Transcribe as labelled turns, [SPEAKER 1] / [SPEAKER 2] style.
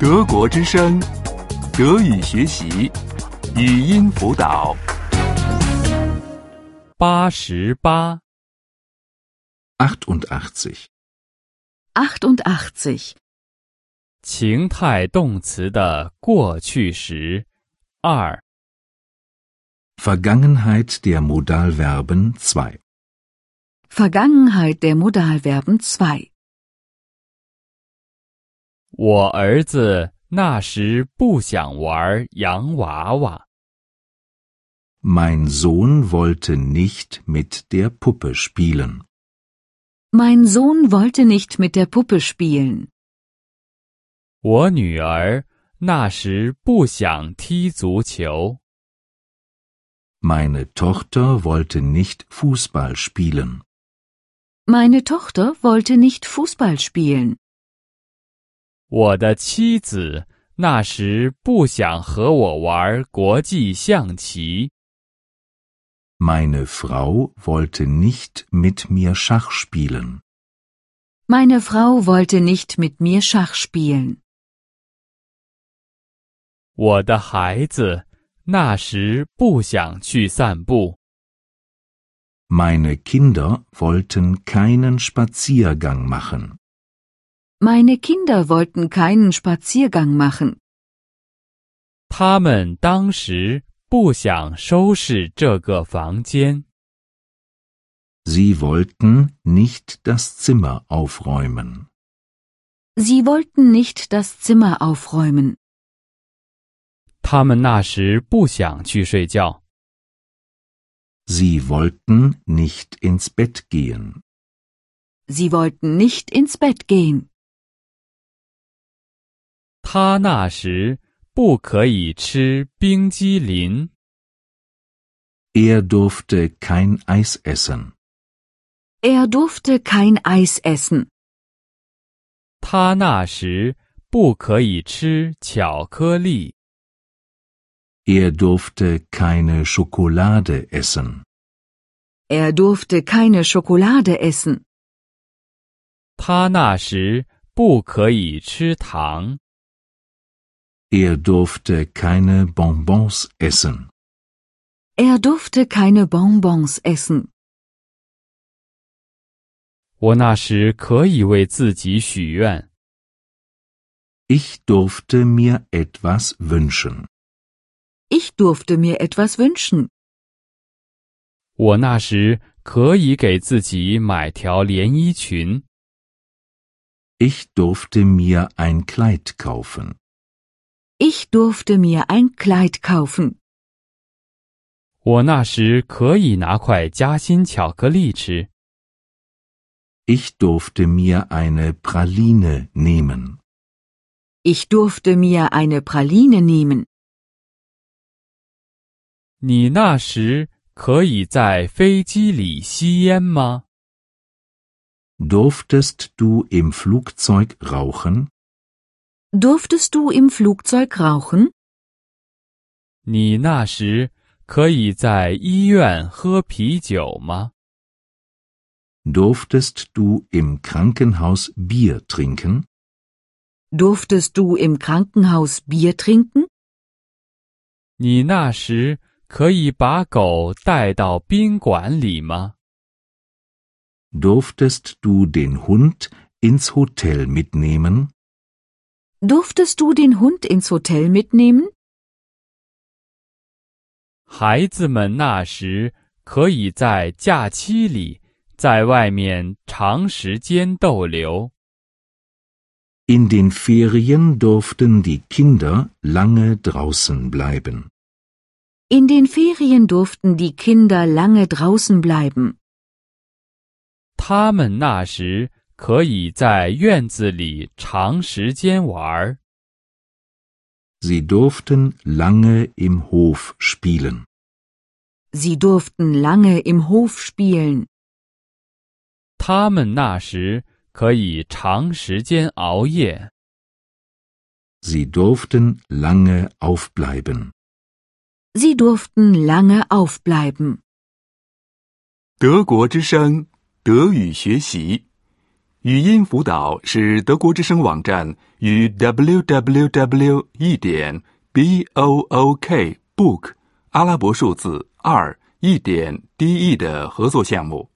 [SPEAKER 1] 德国之声，德语学习，语音辅导。
[SPEAKER 2] 八十八，
[SPEAKER 3] 88.
[SPEAKER 4] 88.
[SPEAKER 2] 情态动词的过去时。二，
[SPEAKER 3] Vergangenheit der Modalverben 2.
[SPEAKER 4] Vergangenheit der Modalverben 2.
[SPEAKER 2] 我儿子那时不想玩洋娃娃。
[SPEAKER 3] Mein Sohn wollte nicht mit der Puppe spielen.
[SPEAKER 4] Mein Sohn wollte nicht mit der Puppe spielen.
[SPEAKER 2] 我女儿那时不想踢足球。
[SPEAKER 3] Meine Tochter wollte nicht Fußball spielen.
[SPEAKER 4] Meine Tochter wollte nicht Fußball spielen.
[SPEAKER 2] 我的妻子那时不想和我玩国际象棋。
[SPEAKER 3] Meine Frau wollte nicht mit mir Schach spielen.
[SPEAKER 4] Meine Frau wollte nicht mit mir Schach spielen.
[SPEAKER 2] 我的孩子那时不想去散步。
[SPEAKER 3] Meine Kinder wollten keinen Spaziergang machen.
[SPEAKER 4] Meine Kinder wollten keinen Spaziergang machen.
[SPEAKER 2] 他们当时不想收拾这个房间。
[SPEAKER 3] Sie wollten nicht das Zimmer aufräumen.
[SPEAKER 4] Sie wollten nicht das Zimmer aufräumen.
[SPEAKER 2] 他们那时不想去睡觉。
[SPEAKER 3] Sie wollten nicht ins Bett gehen.
[SPEAKER 4] Sie wollten nicht ins Bett gehen.
[SPEAKER 2] 他那时不可以吃冰激凌。
[SPEAKER 3] Er durfte kein Eis essen.
[SPEAKER 4] Er durfte kein Eis essen.
[SPEAKER 2] 他那时不可以吃巧克力。
[SPEAKER 3] Er durfte keine Schokolade essen.
[SPEAKER 4] Er durfte keine Schokolade essen.
[SPEAKER 2] 他那时不可以吃糖。
[SPEAKER 3] Er durfte keine Bonbons essen.
[SPEAKER 4] Er durfte keine Bonbons essen.
[SPEAKER 2] 我那时可以为自己许愿。
[SPEAKER 3] Ich durfte mir etwas wünschen.
[SPEAKER 4] Ich durfte mir etwas wünschen.
[SPEAKER 2] 我那时可以给自己买条连衣裙。
[SPEAKER 3] Ich durfte mir ein Kleid kaufen.
[SPEAKER 4] Ich durfte mir ein Kleid kaufen.
[SPEAKER 2] 我那时可以拿块夹心巧克力吃。
[SPEAKER 3] Ich durfte mir eine Praline nehmen.
[SPEAKER 4] Ich durfte mir eine Praline nehmen.
[SPEAKER 2] 你那时可以在飞机里吸烟吗？
[SPEAKER 3] Durftest du im Flugzeug rauchen?
[SPEAKER 4] Durftest du im Flugzeug rauchen?
[SPEAKER 2] 你那时可以在医院喝啤酒吗？
[SPEAKER 3] Durftest du im Krankenhaus Bier trinken?
[SPEAKER 4] Durftest du im Krankenhaus Bier trinken?
[SPEAKER 2] 你那时可以把狗带到宾馆里吗？
[SPEAKER 3] Durftest du den Hund ins Hotel mitnehmen?
[SPEAKER 4] Durftest du den Hund ins Hotel mitnehmen?
[SPEAKER 2] 孩子们那时可以在假期里在外面长时间逗留。
[SPEAKER 3] In den Ferien durften die Kinder lange draußen bleiben.
[SPEAKER 4] In den Ferien durften die Kinder lange draußen bleiben.
[SPEAKER 2] 他们那时可以在院子里长时间玩儿。
[SPEAKER 3] Sie durften lange im Hof spielen.
[SPEAKER 4] Sie durften lange im Hof spielen.
[SPEAKER 2] 他们那时可以长时间熬夜。
[SPEAKER 3] Sie durften lange aufbleiben.
[SPEAKER 4] Sie durften lange aufbleiben.
[SPEAKER 1] 德国之声，德语学习，语音辅导是德国之声网站与 www. 一点 b o o k book 阿拉伯数字二一点 d e 的合作项目。